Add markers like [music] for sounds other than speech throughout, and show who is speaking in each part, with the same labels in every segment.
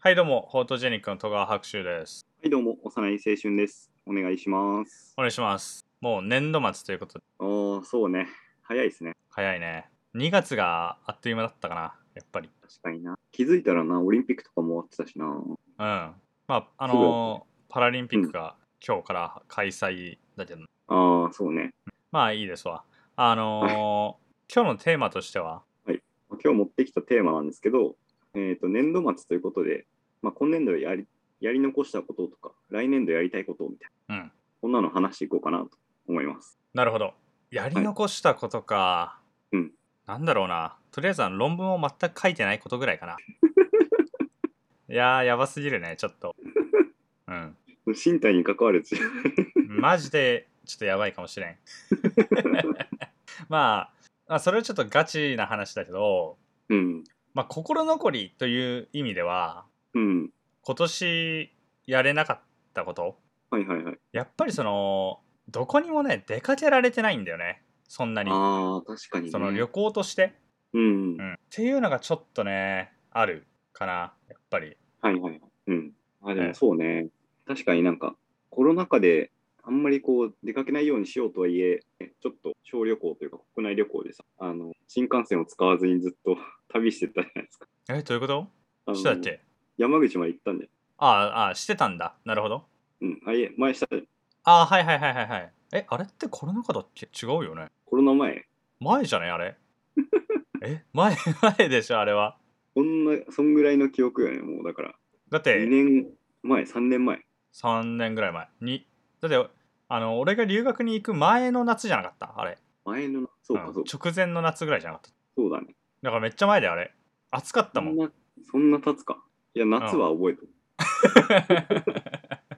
Speaker 1: はいどうもフォートジェニックの戸川白秋です
Speaker 2: はい、どうも、幼い青春です。お願いします。
Speaker 1: お願いしますもう年度末ということで
Speaker 2: おー、そうね。早いですね。
Speaker 1: 早いね2月があっという間だったかなやっぱり
Speaker 2: 確かにな。気づいたらな、オリンピックとかも終わってたしな。
Speaker 1: うんまああ
Speaker 2: そうだ
Speaker 1: のーパラリンピックが今日から開催だけど、
Speaker 2: あー、そうね。
Speaker 1: まあいいですわあの
Speaker 2: [laughs]
Speaker 1: ー今日のテーマとしては
Speaker 2: 今日持ってきたテーマなんですけど、えっ、と、年度末ということで、まあ、今年度やりやり残したこととか、来年度やりたいことみたいな、
Speaker 1: うん
Speaker 2: こんなの話していこうかなと思います。
Speaker 1: なるほどやり残したことか、
Speaker 2: うん
Speaker 1: なんだろうなとりあえずあの論文を全く書いてないことぐらい
Speaker 2: [laughs]
Speaker 1: かないやーやばすぎるねちょっとうん
Speaker 2: 身体に関わるつ [laughs]
Speaker 1: マジでちょっとやばいかもしれん [laughs] まあ、まあそれはちょっとガチな話だけど、
Speaker 2: うん。
Speaker 1: まあ、心残りという意味では
Speaker 2: うん。
Speaker 1: 今年やれなかったこと
Speaker 2: はいはいはい。
Speaker 1: やっぱりそのどこにもね出かけられてないんだよねそんなに
Speaker 2: あー、確かにね。
Speaker 1: その旅行として、
Speaker 2: うん。
Speaker 1: う
Speaker 2: は
Speaker 1: ん、っていうのがちょっとねあるかなやっぱり
Speaker 2: いはいはい。うん。あ、で
Speaker 1: ええ
Speaker 2: もそうね。確かになんか、コロナ禍であんまりこう出かけないようにしようとはいえ、ちょっと小旅行というか国内旅行でさ、あの新幹線を使わずにずっと [laughs] 旅してたじゃないですか。
Speaker 1: えどういうこと
Speaker 2: あの
Speaker 1: してたっけ
Speaker 2: 山口まで行ったんで。
Speaker 1: ああああしてたんだなるほど
Speaker 2: うん。あ、いえ、前したじゃん
Speaker 1: ああはいはいはいはいはいえあれってコロナ禍だっけ違うよね
Speaker 2: コロナ前、
Speaker 1: 前じゃないあ
Speaker 2: [laughs]
Speaker 1: れえ前 [laughs] 前でしょあれは
Speaker 2: そんな、そんぐらいの記憶よね、もうだから。
Speaker 1: だっ
Speaker 2: 2
Speaker 1: て
Speaker 2: 年前、3年前。
Speaker 1: 3年ぐらい前にだってあの俺が留学に行く前の夏じゃなかったあれ
Speaker 2: 前の、そうか
Speaker 1: うん
Speaker 2: そうか、
Speaker 1: 直前の夏ぐらいじゃなかった
Speaker 2: そうだね。
Speaker 1: だからめっちゃ前だよあれ暑かったもん
Speaker 2: そんな、そんな経つか。いや、夏は覚えてる。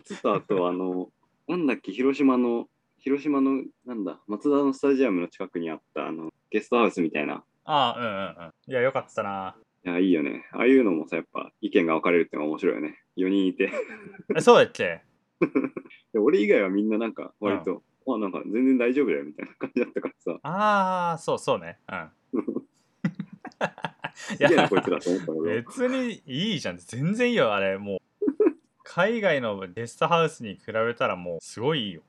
Speaker 2: ちょっとあと、あの、なんだっけ、広島の、広島の、なんだ、松田のスタジアムの近くにあった、あの、ゲストハウスみたいな。
Speaker 1: [laughs] ああうんうんうんいやよかったない
Speaker 2: や、いいよね。ああいうのもさ、やっぱ意見が分かれるってのが面白いよね。4人いて。 [laughs]
Speaker 1: えそうだっけ
Speaker 2: で俺以外はみんななんか、割と、あ、なんか全然大丈夫だよみたいな感じだったからさ、
Speaker 1: ああそうそうねうん
Speaker 2: [laughs]
Speaker 1: [laughs]
Speaker 2: すげえな、こいつらと思ったけど。
Speaker 1: 別にいいじゃん全然いいよあれもう海外のゲストハウスに比べたらもうすごいいいよ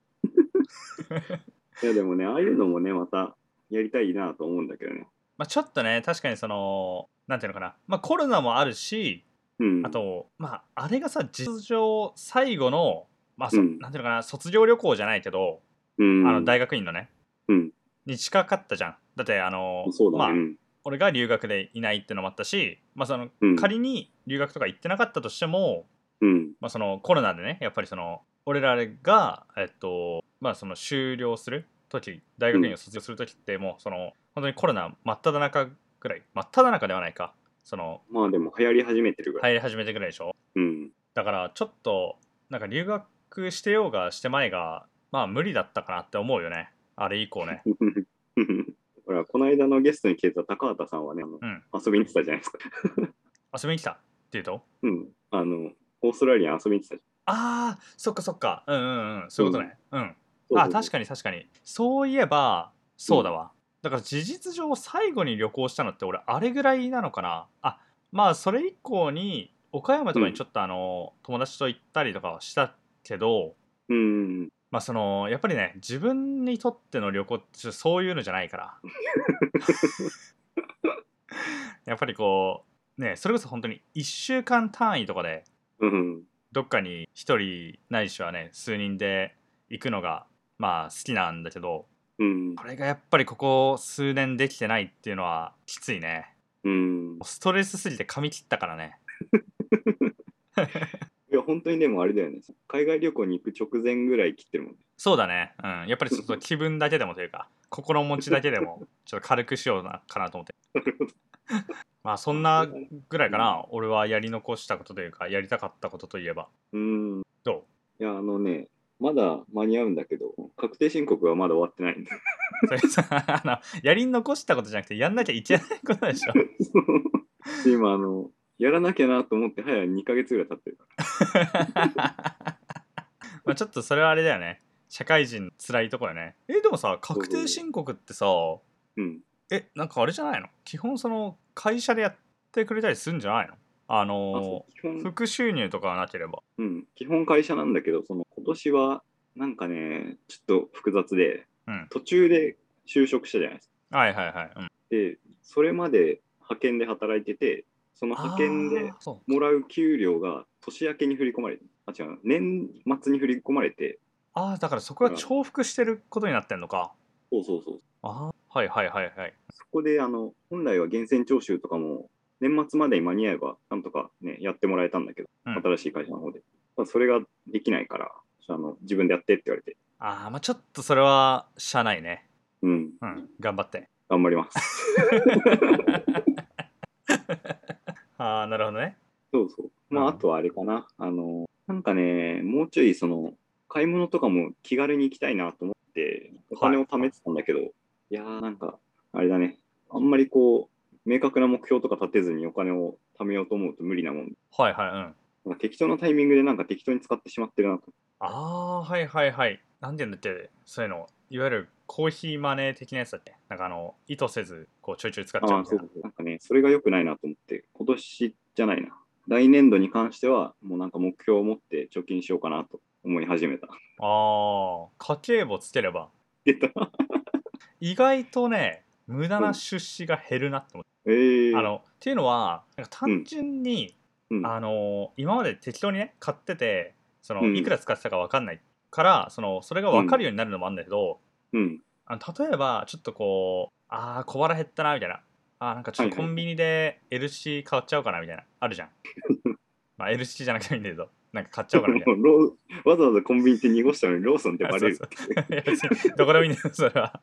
Speaker 2: いや、でもね、ああいうのもね、またやりたいなと思うんだけどね。
Speaker 1: まあ、ちょっとね確かにそのなんていうのかな、まあ、コロナもあるし
Speaker 2: うん。
Speaker 1: あと、まあ、あれがさ実情最後の、まあそ
Speaker 2: うん
Speaker 1: なんていうのかな卒業旅行じゃないけど、
Speaker 2: うん、
Speaker 1: あの大学院のね、
Speaker 2: うん
Speaker 1: に近かったじゃんだってあの
Speaker 2: そうだね。
Speaker 1: まあ
Speaker 2: うん
Speaker 1: 俺が留学でいないってのもあったし、まあ、その
Speaker 2: うん
Speaker 1: 仮に留学とか行ってなかったとしても、
Speaker 2: うん。
Speaker 1: まあ、そのコロナでねやっぱりその俺らが、えっとまあ、その修了する時大学院を卒業する時ってもうその本当にコロナ真っ只中ぐらい真っ只中ではないかその
Speaker 2: まあでも流行り始めてるぐら
Speaker 1: 入
Speaker 2: い。
Speaker 1: り始めてぐらいでしょ
Speaker 2: うん。
Speaker 1: だからちょっとなんか留学してようがしてまいがまあ無理だったかなって思うよねあれ以降ね
Speaker 2: ほら、この間のゲストに来てた高畑さんはね、あの
Speaker 1: うん
Speaker 2: 遊びに来てたじゃないですか。
Speaker 1: 遊びに来たっていうと
Speaker 2: うん。あの、オーストラリアに遊びに来てたじ
Speaker 1: あーそっかそっかうんうんうんそういうことねうん、
Speaker 2: ゃん。
Speaker 1: あ確
Speaker 2: か
Speaker 1: かに確かにそういえばそうだわ、だから事実上最後に旅行したのって俺あれぐらいなのかなあまあそれ以降に岡山とかにちょっとあの、友達と行ったりとかはしたけど
Speaker 2: に。うん。
Speaker 1: まあそのやっぱりね自分にとっての旅行ってちょっとそういうのじゃないから [laughs] やっぱりこうねそれこそ本当に1週間単位とかで
Speaker 2: うん。
Speaker 1: どっかに1人ないしはね数人で行くのがまあ好きなんだけど
Speaker 2: うん
Speaker 1: こ。れがやっぱりここ数年できてないっていうのはきついね
Speaker 2: うん
Speaker 1: も。うストレスすぎて髪切ったからね
Speaker 2: いや、本当にでもあれだよね。海外旅行に行く直前ぐらい切ってるもんね。
Speaker 1: そうだねうんやっぱりちょっと気分だけでもというか [laughs] 心持ちだけでもちょっと軽くしようかなと思って
Speaker 2: なるほど。
Speaker 1: まあそんなぐらいかな、俺はやり残したことというかやりたかったことといえば
Speaker 2: うん。
Speaker 1: ど
Speaker 2: いや、あのね、まだ間に合うんだけど、確定申告はまだ終わってないんだ。
Speaker 1: うそれ [laughs] さあのやり残したことじゃなくてやんなきゃいけないことでしょ [laughs]
Speaker 2: そう今、あの、やらなきゃなと思って、早2ヶ月ぐらい経ってるか
Speaker 1: まあちょっとそれはあれだよね社会人辛いところよねえでもさ確定申告ってさ
Speaker 2: ら。うん。
Speaker 1: えなんかあれじゃないの基本その会社でやってくれたりするんじゃないのあ
Speaker 2: あ
Speaker 1: の
Speaker 2: そう基本
Speaker 1: 副収入とかがなければ
Speaker 2: うん、基本会社なんだけど、その今年はなんかね、ちょっと複雑で、
Speaker 1: うん
Speaker 2: 途中で就職したじゃないですか。
Speaker 1: はいはいはい、うん、
Speaker 2: で、それまで派遣で働いてて、その派遣で
Speaker 1: あーそう
Speaker 2: もらう給料が年明けに振り込まれて、あ、違う、年末に振り込まれて、
Speaker 1: ああだからそこは重複してることになってんのか
Speaker 2: そうそうそう。
Speaker 1: ああはいはいはいはい
Speaker 2: そこで、あの、本来は源泉徴収とかも、年末までに間に合えば、なんとかね、やってもらえたんだけど、
Speaker 1: うん
Speaker 2: 新しい会社の方で。ただそれができないから、あの自分でやってって言われて、
Speaker 1: ああまあちょっとそれはしゃあないね
Speaker 2: うん、
Speaker 1: うん頑張って
Speaker 2: 頑張ります。
Speaker 1: ああなるほどね
Speaker 2: そうそう。まあ、
Speaker 1: うん
Speaker 2: あとはあれかな。あの、なんかね、もうちょい、その、買い物とかも気軽に行きたいなと思って、お金を貯めてたんだけど、い、やー、なんか、あれだね。あんまりこう、明確な目標とか立てずにお金を貯めようと思うと無理なもん。
Speaker 1: はいはいうん
Speaker 2: なんか適当なタイミングでなんか適当に使ってしまってるなと。
Speaker 1: ああはいはいはいなんて言うんだっけそういうのいわゆるコーヒーマネー的なやつだっけなんかあの意図せずこうちょいちょい使っちゃう
Speaker 2: ああ、
Speaker 1: みた
Speaker 2: そ
Speaker 1: いうな
Speaker 2: そう。なんかね、それが良くないなと思って、今年じゃないな。来年度に関しては、もうなんか目標を持って貯金しようかなと思い始めた。
Speaker 1: ああ家計簿つけれ
Speaker 2: [laughs]
Speaker 1: ば
Speaker 2: 出た。
Speaker 1: 意外とね無駄な出資が減るなって思って、
Speaker 2: えー、
Speaker 1: あのっていうのはなんか単純に、
Speaker 2: うん
Speaker 1: あの今まで適当にね買っててその
Speaker 2: うん
Speaker 1: いくら使ってたか分かんないからそのそれが分かるようになるのもあるんだけど、
Speaker 2: うん、
Speaker 1: あの例えばちょっとこうああ小腹減ったなみたいなあーなんかちょっと
Speaker 2: は
Speaker 1: コ
Speaker 2: いはい
Speaker 1: ンビニで LC 買っちゃおうかなみたいなある
Speaker 2: [laughs]
Speaker 1: じゃんまあ LC じゃなくてもいいんだけどなんか買っちゃおうかなみたいな
Speaker 2: [laughs] ローわざわざコンビニって濁したのにローソンってバレる
Speaker 1: そういや別にどこでもいいんだよそれ
Speaker 2: [laughs]
Speaker 1: は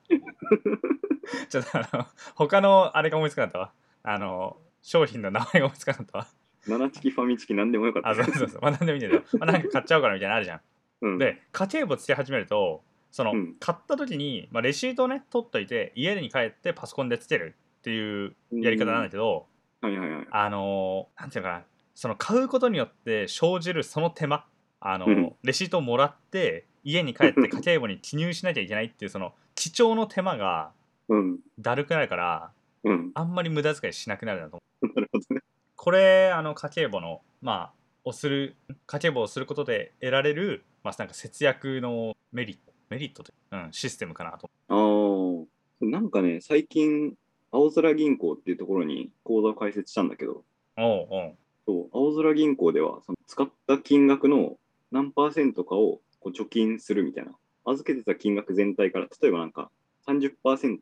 Speaker 1: ちょっとあの他のあれが思いつかなかったわあの商品の名前が思いつかなかったわ
Speaker 2: 七チキファミチキなんでもよかった
Speaker 1: あそうそうそうまあ何でもいいんだけど、まあ、なんか買っちゃおうかなみたいなのあるじゃん
Speaker 2: うん、
Speaker 1: で家計簿つけ始めるとその、
Speaker 2: うん
Speaker 1: 買った時に、まあ、レシートをね取っといて家に帰ってパソコンでつけるっていうやり方なんだけど、
Speaker 2: はいはいはい
Speaker 1: あのーなんていうのかなその買うことによって生じるその手間あのー、
Speaker 2: うん
Speaker 1: レシートをもらって家に帰って家計簿に記入しなきゃいけないっていうその貴重の手間が
Speaker 2: うん
Speaker 1: だるくなるから
Speaker 2: うん [laughs]
Speaker 1: あんまり無駄遣いしなくなるなと思う
Speaker 2: なるほどね
Speaker 1: これあの家計簿のまあをする家計簿をすることで得られる、まあ、なんか節約のメリットメリットという、うん、システムかなと
Speaker 2: あーなんかね最近青空銀行っていうところに口座を開設したんだけど
Speaker 1: おうおう
Speaker 2: そう青空銀行ではその使った金額の何パーセントかをこう貯金するみたいな預けてた金額全体から例えばなんか30%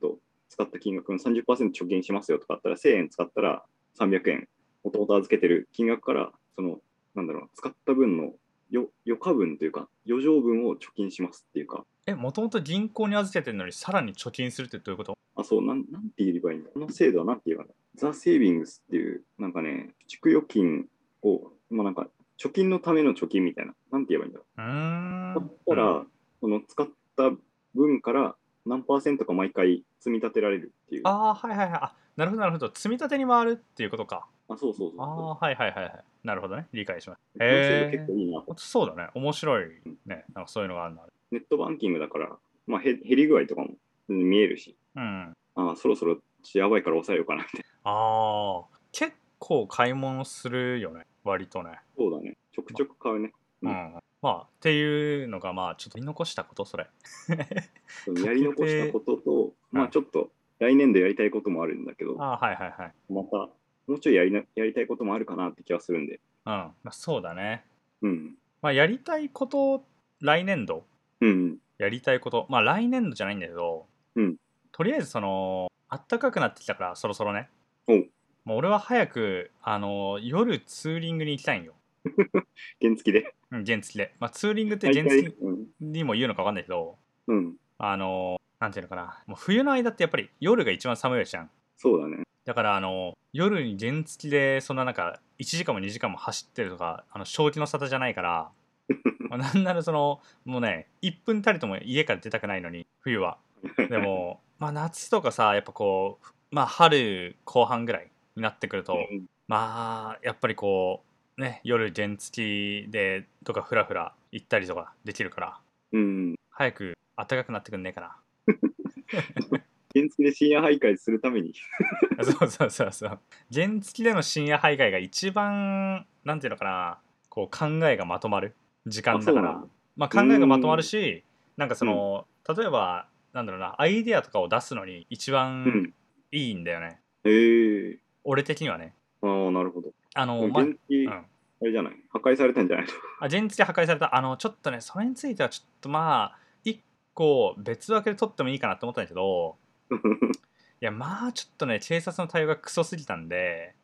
Speaker 2: 使った金額の30%貯金しますよとかあったら1000円使ったら300円もともと預けてる金額からそのなんだろう使った分のよ余価分というか余剰分を貯金しますっていうか
Speaker 1: えもともと銀行に預けてるのにさらに貯金するってどういうこと
Speaker 2: あそうなんなんて言えばいいんだこの制度はなんて言えばいいんだザ・セービングスっていうなんかね貯蓄預金をまあなんか貯金のための貯金みたいななんて言えばいいんだろう
Speaker 1: うーん
Speaker 2: だったら、その使った分から何パーセントか毎回積み立てられるっていう。あ、
Speaker 1: ああーはいはいはいあなるほどなるほど積み立てに回るっていうことか
Speaker 2: そうそうそう
Speaker 1: ああ
Speaker 2: そ
Speaker 1: はいはいはいはいなるほどね理解しまし
Speaker 2: う。
Speaker 1: たへ
Speaker 2: この制度結構
Speaker 1: え
Speaker 2: いいなと。
Speaker 1: そうだね面白いねなんかそういうのがあるの
Speaker 2: ネットバンキングだから、まあ、へ減り具合とかも全然見えるし、
Speaker 1: うん
Speaker 2: ああ、そろそろやばいから抑えようかなって。 [laughs]
Speaker 1: ああ結構買い物するよね割とね
Speaker 2: そうだね。ちょくちょく買うね。
Speaker 1: う
Speaker 2: うん
Speaker 1: ん、まあっていうのがまあちょっと言い残したこと [laughs] それ
Speaker 2: そのやり残したことと、
Speaker 1: うん
Speaker 2: まあちょっと来年度やりたいこともあるんだけど、
Speaker 1: あ
Speaker 2: ま
Speaker 1: あはいはいはい
Speaker 2: たもうちょいやりなやりたいこともあるかなって気はするんで。
Speaker 1: うん、まあ、そうだね
Speaker 2: うん。
Speaker 1: まあやりたいこと来年度
Speaker 2: うん。
Speaker 1: やりたいことまあ来年度じゃないんだけど、
Speaker 2: うん
Speaker 1: とりあえずそのあったかくなってきたからそろそろね
Speaker 2: おう
Speaker 1: もう俺は早くあの夜ツーリングに行きたいんよ
Speaker 2: 原付で。
Speaker 1: うん原付で、まあ、ツーリングって
Speaker 2: 大
Speaker 1: 原
Speaker 2: 体
Speaker 1: 付
Speaker 2: うん。
Speaker 1: にも言うのか分かんないけど
Speaker 2: うん。
Speaker 1: あのなんていうのかなもう冬の間ってやっぱり夜が一番寒いじゃん
Speaker 2: そうだね。
Speaker 1: だからあの夜に原付でそんななんか1時間も2時間も走ってるとかあの正気の沙汰じゃないからまあなんならそのもうね1分たりとも家から出たくないのに冬はでもまあ夏とかさやっぱこうまあ春後半ぐらいになってくると、
Speaker 2: うん
Speaker 1: まあやっぱりこうね夜原付でとかふらふら行ったりとかできるから
Speaker 2: うん。
Speaker 1: 早く暖かくなってくんねえかな
Speaker 2: 原付で深夜徘徊するために。
Speaker 1: [laughs] そうそうそうそう原付での深夜徘徊が一番なんていうのかなこう考えがまとまる時間だか
Speaker 2: あそうな
Speaker 1: ら
Speaker 2: んだ
Speaker 1: まあ、考えがまとまるしなんかその、例えばなんだろうなアイデアとかを出すのに一
Speaker 2: う
Speaker 1: 番
Speaker 2: ん。
Speaker 1: いいんだよね、
Speaker 2: へえ
Speaker 1: 俺的にはね
Speaker 2: ああ、なるほど。
Speaker 1: あの、まあ
Speaker 2: 原付、
Speaker 1: うん
Speaker 2: あれじゃない破壊されたんじゃないの [laughs]
Speaker 1: あジェンツで破壊されたあのちょっとねそれについてはちょっとまあ一個別枠で取ってもいいかなと思ったんだけどいやまあちょっとね警察の対応がクソすぎたん
Speaker 2: [laughs]
Speaker 1: で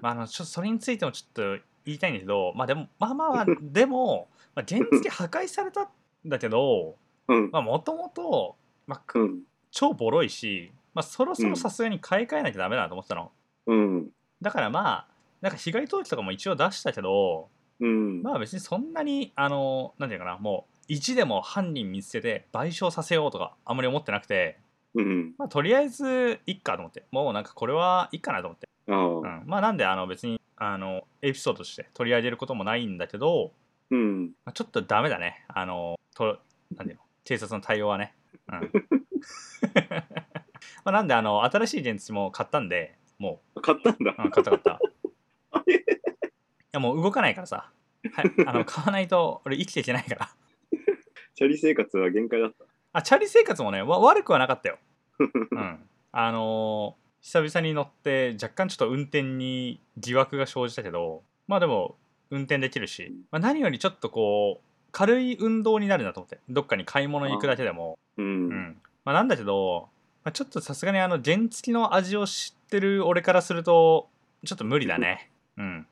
Speaker 1: まああのちょそれについてもちょっと言いたいんだけどまあでもまあまあまあでも、まあ、原付破壊されたんだけど
Speaker 2: うん。
Speaker 1: まあもともとまあ
Speaker 2: う
Speaker 1: く
Speaker 2: ん。
Speaker 1: 超ボロいし、まあ、そろそうろ
Speaker 2: ん
Speaker 1: さすがに買い替えなきゃダメだなと思ってたの、
Speaker 2: うん。
Speaker 1: だからまあなんか被害届とかも一応出したけど
Speaker 2: うん。
Speaker 1: まあ別にそんなにあのなんていうかなもう一でも犯人見つけて賠償させようとかあんまり思ってなくて、
Speaker 2: うん。
Speaker 1: まあ、とりあえずいっかと思ってもうなんかこれはいいかなと思って、
Speaker 2: あ
Speaker 1: う
Speaker 2: あ。
Speaker 1: ん、まあなんであの別にあのエピソードとして取り上げることもないんだけど、
Speaker 2: うん。
Speaker 1: まあ、ちょっとダメだねあのとなんていうの警察の対応はね、うん [laughs] まあなんであの新しい電池も買ったんでも
Speaker 2: 買ったんだ
Speaker 1: う、う。ん、買った買ったいやもう動かないからさ、はい、あの買わないと俺生きていけないから
Speaker 2: チャリ生活は限界だった。
Speaker 1: あチャリ生活もねわ悪くはなかったよ、うん、あのー久々に乗って若干ちょっと運転に疑惑が生じたけどまあでも運転できるし、まあ、何よりちょっとこう軽い運動になるなと思ってどっかに買い物に行くだけでも、
Speaker 2: [laughs] う。
Speaker 1: うんんまあ、なんだけど、まあ、ちょっとさすがにあの原付の味を知ってる俺からするとちょっと無理だ [laughs] ねうん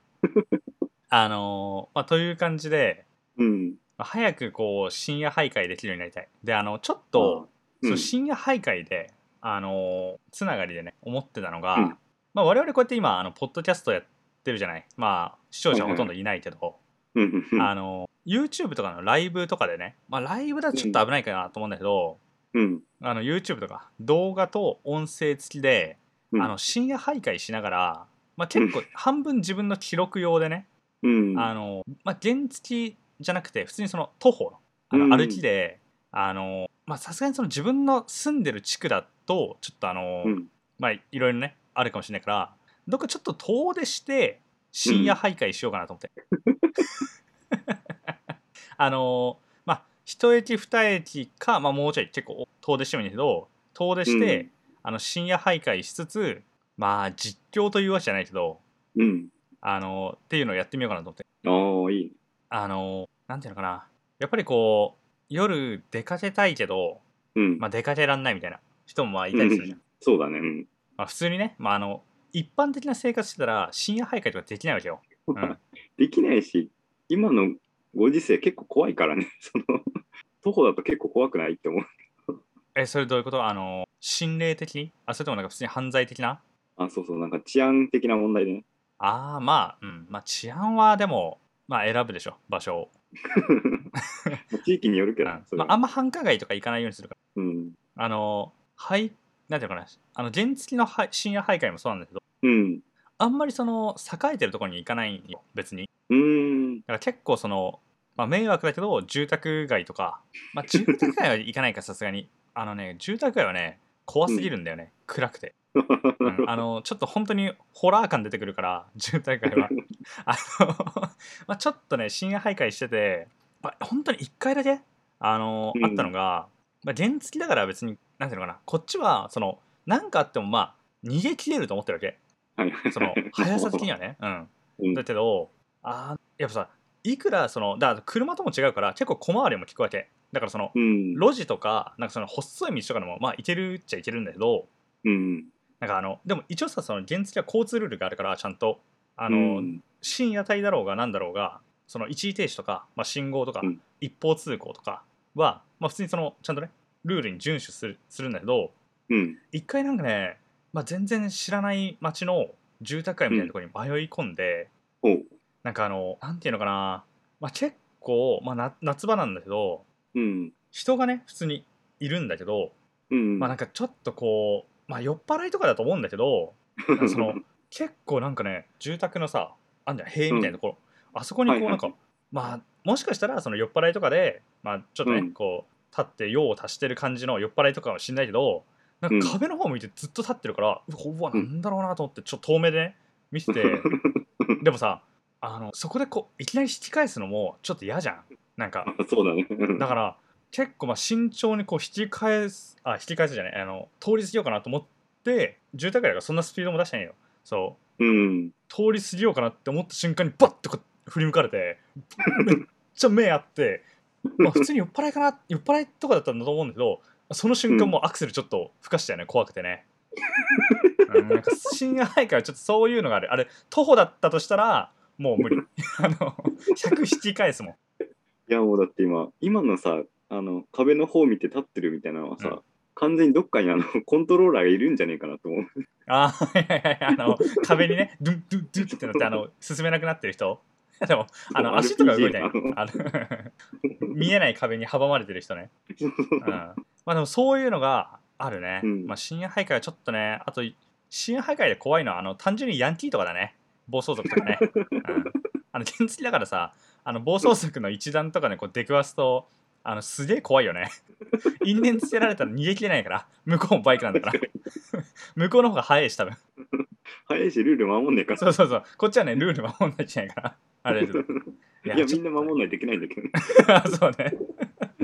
Speaker 1: あのーまあという感じで
Speaker 2: うん。
Speaker 1: まあ早くこう深夜徘徊できるようになりたいであのちょっと、
Speaker 2: うん、
Speaker 1: そう深夜徘徊で、あのーつながりでね思ってたのが、
Speaker 2: うん
Speaker 1: まあ、我々こうやって今あのポッドキャストやってるじゃないまあ視聴者
Speaker 2: はいはい
Speaker 1: ほとんどいないけど、
Speaker 2: うん。
Speaker 1: あのー YouTube とかのライブとかでね、まあ、ライブだとちょっと危ないかなと思うんだけど、
Speaker 2: うん。
Speaker 1: あの YouTube とか動画と音声付きで、
Speaker 2: うん
Speaker 1: あの深夜徘徊しながら、まあ、結構半分自分の記録用でね、
Speaker 2: うん。
Speaker 1: あのまあ、原付じゃなくて普通にその徒歩のあの
Speaker 2: うん
Speaker 1: 歩きであのまあさすがにその自分の住んでる地区だとちょっとあの、
Speaker 2: うん。
Speaker 1: まあいろいろねあるかもしれないからどっかちょっと遠出して深夜徘徊しようかなと思って、 [laughs] あのまあ一駅二駅か、まあ、もうちょい結構遠出してもいいんだけど遠出して、
Speaker 2: うん
Speaker 1: あの深夜徘徊しつつまあ実況というわけじゃないけど
Speaker 2: うん。
Speaker 1: あのっていうのをやってみようかなと思って。
Speaker 2: ああ、いいね。
Speaker 1: あの、なんていうのかな。やっぱりこう、夜出かけたいけど、
Speaker 2: うん。
Speaker 1: まあ出かけらんないみたいな人もまあいたりするじゃん。
Speaker 2: そうだね。うん。
Speaker 1: まあ普通にね、まああの、一般的な生活してたら深夜徘徊とかできないわけよ。うん。
Speaker 2: できないし、今のご時世結構怖いからね。 [laughs] その、徒歩だと結構怖くないって思う。
Speaker 1: え、それどういうことあの、心霊的あ、それともなんか普通に犯罪的な
Speaker 2: あ、そうそう、なんか治安的な問題でね。
Speaker 1: ああ、まあ、うん。まあ治安はでも、まあ選ぶでしょ、場所を。
Speaker 2: 地域によるけ
Speaker 1: う
Speaker 2: ど、
Speaker 1: ん
Speaker 2: それ
Speaker 1: ま
Speaker 2: は
Speaker 1: あ、あんま繁華街とか行かないようにするから。
Speaker 2: うん。
Speaker 1: あの、はい、なんていうのかな。あの、原付のはい深夜徘徊もそうなんだけど、
Speaker 2: うん。
Speaker 1: あんまりその、栄えてるところに行かないよ、別に。
Speaker 2: うーん。
Speaker 1: だから結構その、まあ、迷惑だけど住宅街とか、
Speaker 2: [laughs]
Speaker 1: まあ、住宅街は行かないかさすがにあのね住宅街はね怖すぎるんだよね、暗くて、うん
Speaker 2: [laughs]
Speaker 1: あのちょっと本当にホラー感出てくるから住宅
Speaker 2: [laughs]
Speaker 1: 街はあの、まあ、ちょっとね深夜徘徊してて、まあ、本当に1回だけあの、
Speaker 2: うん
Speaker 1: あったのが、まあ、原付だから別になんていうのかなこっちはその何かあってもまあ逃げ切れると思ってるわけ
Speaker 2: [laughs] はいはいはい [laughs]
Speaker 1: その速さ的にはねうん
Speaker 2: うん
Speaker 1: だけどあーやっぱさいくらそのだから車とも違うから結構小回りも効くわけだからその
Speaker 2: うん。
Speaker 1: 路地とかなんかその細い道とかでもまあ行けるっちゃ行けるんだけど
Speaker 2: うん。
Speaker 1: なんかあのでも一応さその原付は交通ルールがあるからちゃんとあ
Speaker 2: あ
Speaker 1: の、深夜帯だろうがなんだろうがその一時停止とか、まあ、信号とか、
Speaker 2: うん
Speaker 1: 一方通行とかは、まあ、普通にそのちゃんとねルールに遵守するするんだけど
Speaker 2: うん。
Speaker 1: 一回なんかね、まあ、全然知らない町の住宅街みたいなところに迷い込んで、
Speaker 2: おう。
Speaker 1: なんかあの、なんていうのかな、まあ、結構、まあ、な夏場なんだけど、
Speaker 2: うん。
Speaker 1: 人がね、普通にいるんだけど、
Speaker 2: うん。
Speaker 1: まあなんかちょっとこう、まあ酔っ払いとかだと思うんだけど、なんかそ
Speaker 2: [laughs]
Speaker 1: の結構なんかね、住宅のさ、あんじゃん、塀みたいなところ、あそこにこう
Speaker 2: はい
Speaker 1: な
Speaker 2: は
Speaker 1: ん
Speaker 2: い
Speaker 1: か、まあもしかしたらその酔っ払いとかで、まあちょっとね、
Speaker 2: うん
Speaker 1: こう、立って用を足してる感じの酔っ払いとかはしんないけどなんか壁の方向いてずっと立ってるから、うわうわなんだろうなと思ってちょっと遠目でね見
Speaker 2: [laughs]
Speaker 1: ててでもさあのそこでこういきなり引き返すのもちょっと嫌じゃんなんか
Speaker 2: そうだね。
Speaker 1: だから結構まあ慎重にこう引き返すあ引き返すじゃないあの通り過ぎようかなと思って住宅街だからそんなスピードも出してないよそう
Speaker 2: うん。
Speaker 1: 通り過ぎようかなって思った瞬間にバッとこう振り向かれてめっちゃ目あって、まあ、普通に酔っ払いかな酔っ払いとかだったんだと思うんだけどその瞬間もうアクセルちょっとふかしたよね怖くてねうんなんか深夜配からちょっとそういうのがあるあれ徒歩だったとしたらもう無理あの100引き返すもん
Speaker 2: いやもうだって今、今のさ、あの壁の方見て立ってるみたいなのはさ、
Speaker 1: うん
Speaker 2: 完全にどっかにあのコントローラーがいるんじゃねえかなと思う。
Speaker 1: あーい [laughs] やいやいやあの壁にねドゥンドゥンドゥンってなってあの進めなくなってる人でもあの足とか動いてないあの [laughs] 見えない壁に阻まれてる人ね、うん、まあでもそういうのがあるね、
Speaker 2: うん
Speaker 1: まあ深夜徘徊はちょっとねあと深夜徘徊で怖いのはあの単純にヤンキーとかだね暴走族とかね、うん、あの原付だからさあの暴走族の一団とかねこう出くわすとあのすげえ怖いよ [laughs] ね因縁つけられたら逃げきれないから向こうもバイクなんだ [laughs] から向こうの方が早いし多分
Speaker 2: [laughs] 早いし、ルール守んねえか
Speaker 1: [laughs]
Speaker 2: ら。
Speaker 1: そうそうそう。こっちはね、ルール守んなきゃいけない
Speaker 2: [laughs]
Speaker 1: から。あれだけど。
Speaker 2: いや、みんな守んないといけないんだけ
Speaker 1: [laughs]
Speaker 2: どね。
Speaker 1: なそうね。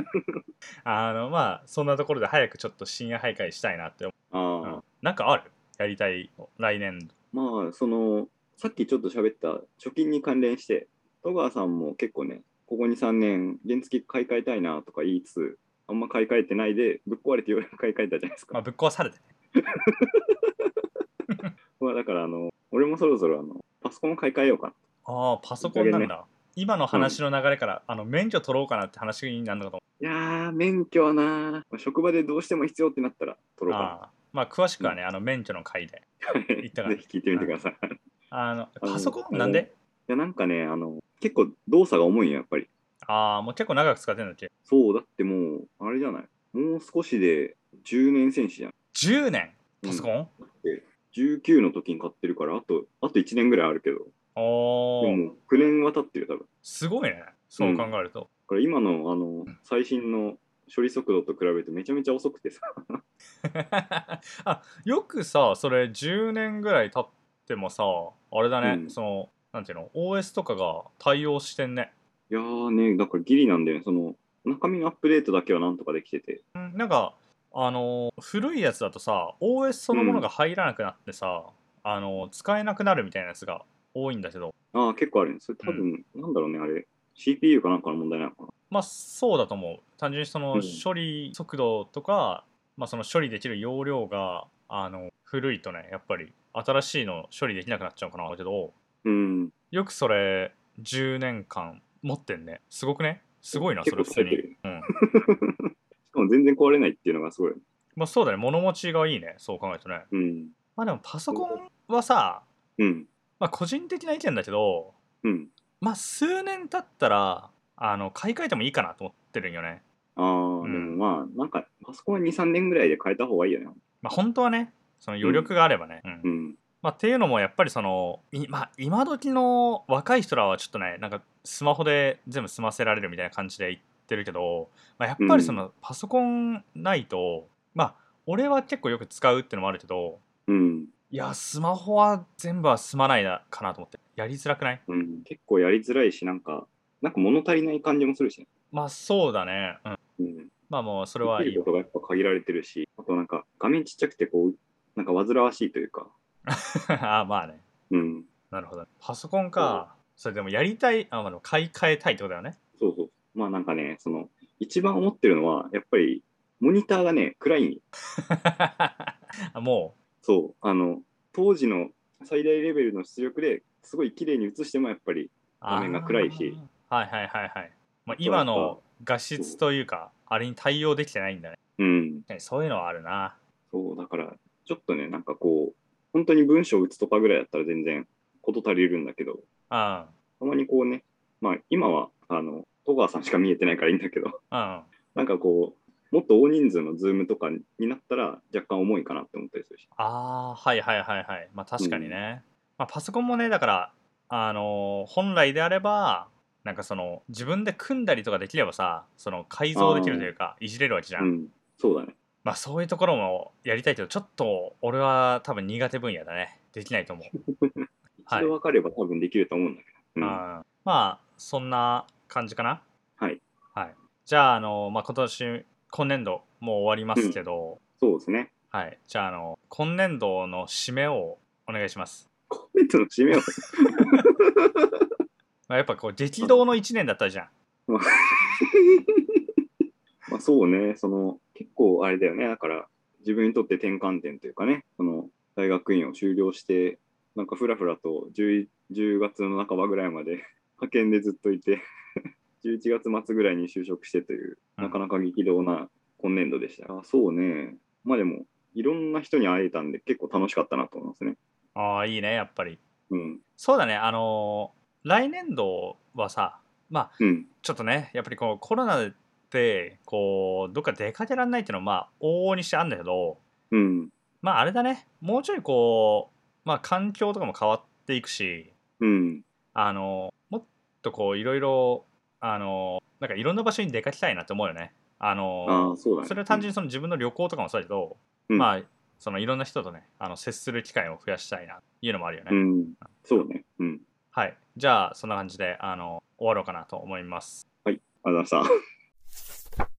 Speaker 1: [laughs] あの、まあ、そんなところで早くちょっと深夜徘徊したいなって思
Speaker 2: あ
Speaker 1: う。
Speaker 2: あ、
Speaker 1: うんなんかあるやりたいの来年度。
Speaker 2: まあそのさっきちょっと喋った貯金に関連して戸川さんも結構ねここ23年原付買い替えたいなとか言いつつあんま買い替えてないでぶっ壊れてようやく買い替えたじゃないです
Speaker 1: まあ、
Speaker 2: か、
Speaker 1: ぶっ壊されてね。
Speaker 2: まあ、だからあの俺もそろそろあのパソコンを買い替えようかな
Speaker 1: ああ、パソコンなんだ。今の話の流れから、あの、免許取ろうかなって話になるのかと
Speaker 2: いやー免許はなーまあ職場でどうしても必要ってなったら取
Speaker 1: 思う。
Speaker 2: ろうか
Speaker 1: ああまあ、詳しくはね、あの、免許の回で。
Speaker 2: な [laughs] ぜ
Speaker 1: 言ったから
Speaker 2: ひ聞いてみてくださいい
Speaker 1: あの、
Speaker 2: うん
Speaker 1: パソコンなんで
Speaker 2: やなんかねあの結構動作が重いよやっぱり
Speaker 1: ああ、もう結構長く使ってんだっけ
Speaker 2: そうだってもうあれじゃないもう少しで10年戦士じゃん
Speaker 1: ?10 年パソコ
Speaker 2: ン、
Speaker 1: ン、
Speaker 2: 19の時に買ってるからあとあと1年ぐらいあるけど
Speaker 1: お
Speaker 2: で
Speaker 1: ー、
Speaker 2: も9年は経ってる多分だ
Speaker 1: すごいね。そう考えると。
Speaker 2: から今のあの最新の処理速度と比べてめちゃめちゃ遅くてさ [laughs]
Speaker 1: あよくさそれ10年ぐらい経ってもさあれだね、
Speaker 2: うん
Speaker 1: そのなんていうの OS とかが対応してんね、
Speaker 2: いやーねだからギリなんだよねその中身のアップデートだけはなんとかできてて
Speaker 1: うんなんかあのー古いやつだとさ OS そのものが入らなくなってさ、あのー使えなくなるみたいなやつが多いんだけど
Speaker 2: ああ結構あるねそれ多分、なんだろうねあれ CPU かなんかの問題なのかな
Speaker 1: まあそうだと思う単純にその
Speaker 2: うん
Speaker 1: 処理速度とか、まあ、その処理できる容量があの古いとねやっぱり新しいの処理できなくなっちゃうかなだけど
Speaker 2: うん
Speaker 1: よくそれ10年間持ってんねすごくねすごいなそ
Speaker 2: 結
Speaker 1: れ普
Speaker 2: 構
Speaker 1: 通
Speaker 2: 使えて
Speaker 1: に
Speaker 2: る、
Speaker 1: うん、
Speaker 2: しかも全然壊れないっていうのがすごい
Speaker 1: まあそうだね物持ちがいいねそう考えるとね
Speaker 2: うん
Speaker 1: まあでもパソコンはさ
Speaker 2: うん
Speaker 1: まあ個人的な意見だけど
Speaker 2: うん
Speaker 1: まあ数年経ったらあの買い替えてもいいかなと思ってるんよね
Speaker 2: ああ、
Speaker 1: うん
Speaker 2: でもまあなんかパソコンは23年ぐらいで変えた方がいいよね
Speaker 1: まあ本当はねその余力があればね、うん
Speaker 2: うん
Speaker 1: まあ、っていうのもやっぱりそのい、まあ、今時の若い人らはちょっとねなんかスマホで全部済ませられるみたいな感じで言ってるけど、まあ、やっぱりそのパソコンないと、まあ俺は結構よく使うってのもあるけど
Speaker 2: うん
Speaker 1: いやスマホは全部は済まないなかなと思ってやりづらくない
Speaker 2: うん、結構やりづらいし、なんか、なんか物足りない感じもするしね、
Speaker 1: まあそうだね、うん、
Speaker 2: うん、
Speaker 1: まあもうそれ
Speaker 2: で
Speaker 1: はい
Speaker 2: き
Speaker 1: い
Speaker 2: る
Speaker 1: よ
Speaker 2: ことがやっぱ限られてるし、あとなんか、画面ちっちゃくて、こう、なんか煩わしいというか、
Speaker 1: [laughs] ああまあね
Speaker 2: うん、
Speaker 1: なるほどパソコンかそれでもやりたいあ、まあでも買い替えたいってことだよね [laughs]
Speaker 2: そうそう。まあなんかね、その、一番思ってるのは、やっぱり、モニターがね、暗いんよ
Speaker 1: あも
Speaker 2: そう、あの、当時の最大レベルの出力ですごい綺麗に映しても、やっぱり、
Speaker 1: うあー
Speaker 2: 画面が暗いし
Speaker 1: はいはいはいはい、まあ、今
Speaker 2: やっ
Speaker 1: の画質というかあれに対応できてないんだね
Speaker 2: うん、
Speaker 1: ねそういうのはあるな
Speaker 2: そう、だから、ちょっとね、なんかこう、本当に文章を打つとかぐらいだったら全然、こと足りるんだけど、
Speaker 1: うん
Speaker 2: たまにこうね、まあ今は、あの、戸川さんしか見えてないからいいんだけど、 [laughs]
Speaker 1: うん
Speaker 2: なんかこう、もっと大人数のズームとかになったら若干重いかなって思ったりするし。
Speaker 1: ああはいはいはいはいまあ確かにね、まあ、パソコンもねだからあのー本来であればなんかその自分で組んだりとかできればさその改造できるというかいじれるわけじゃん、
Speaker 2: うん、そうだね。
Speaker 1: まあそういうところもやりたいけどちょっと俺は多分苦手分野だねできないと思う、はい
Speaker 2: 一度分かれば多分できると思うんだけど。うん、
Speaker 1: あーまあそんな感じかな
Speaker 2: はい、
Speaker 1: はい、じゃああの、まあ、今年今年度もう終わりますけど、
Speaker 2: そうですね。
Speaker 1: はいじゃああの今年度の締めをお願いします、
Speaker 2: コメントの締めを。
Speaker 1: まあ、やっぱこう激動の1年だったじゃん
Speaker 2: まあそうね、その結構あれだよね、だから自分にとって転換点というかね、その大学院を修了して、なんかふらふらと 10, 10月の半ばぐらいまで [laughs] 派遣でずっといて、11月末ぐらいに就職してという、
Speaker 1: うん
Speaker 2: なかなか激動な今年度でした。あそうね、まあでも、いろんな人に会えたんで、結構楽しかったなと思いますね。
Speaker 1: ああいいねやっぱり
Speaker 2: うん、
Speaker 1: そうだねあの来年度はさまあ
Speaker 2: うん、
Speaker 1: ちょっとねやっぱりこうコロナでこうどっか出かけられないっていうのはまあ往々にしてあるんだけど
Speaker 2: うん、
Speaker 1: まああれだねもうちょいこうまあ環境とかも変わっていくし
Speaker 2: うん、
Speaker 1: あのもっとこういろいろあのなんかいろんな場所に出かけたいなって思うよねあ
Speaker 2: あ
Speaker 1: の
Speaker 2: あ、そうだね。
Speaker 1: それは単純にその自分の旅行とかもそうだけど、
Speaker 2: うん
Speaker 1: まあそのいろんな人とねあの接する機会を増やしたいなっていうのもあるよね、
Speaker 2: うん、うん、そうね。うん、
Speaker 1: はいじゃあそんな感じであの終わろうかなと思います
Speaker 2: ありがとうございました。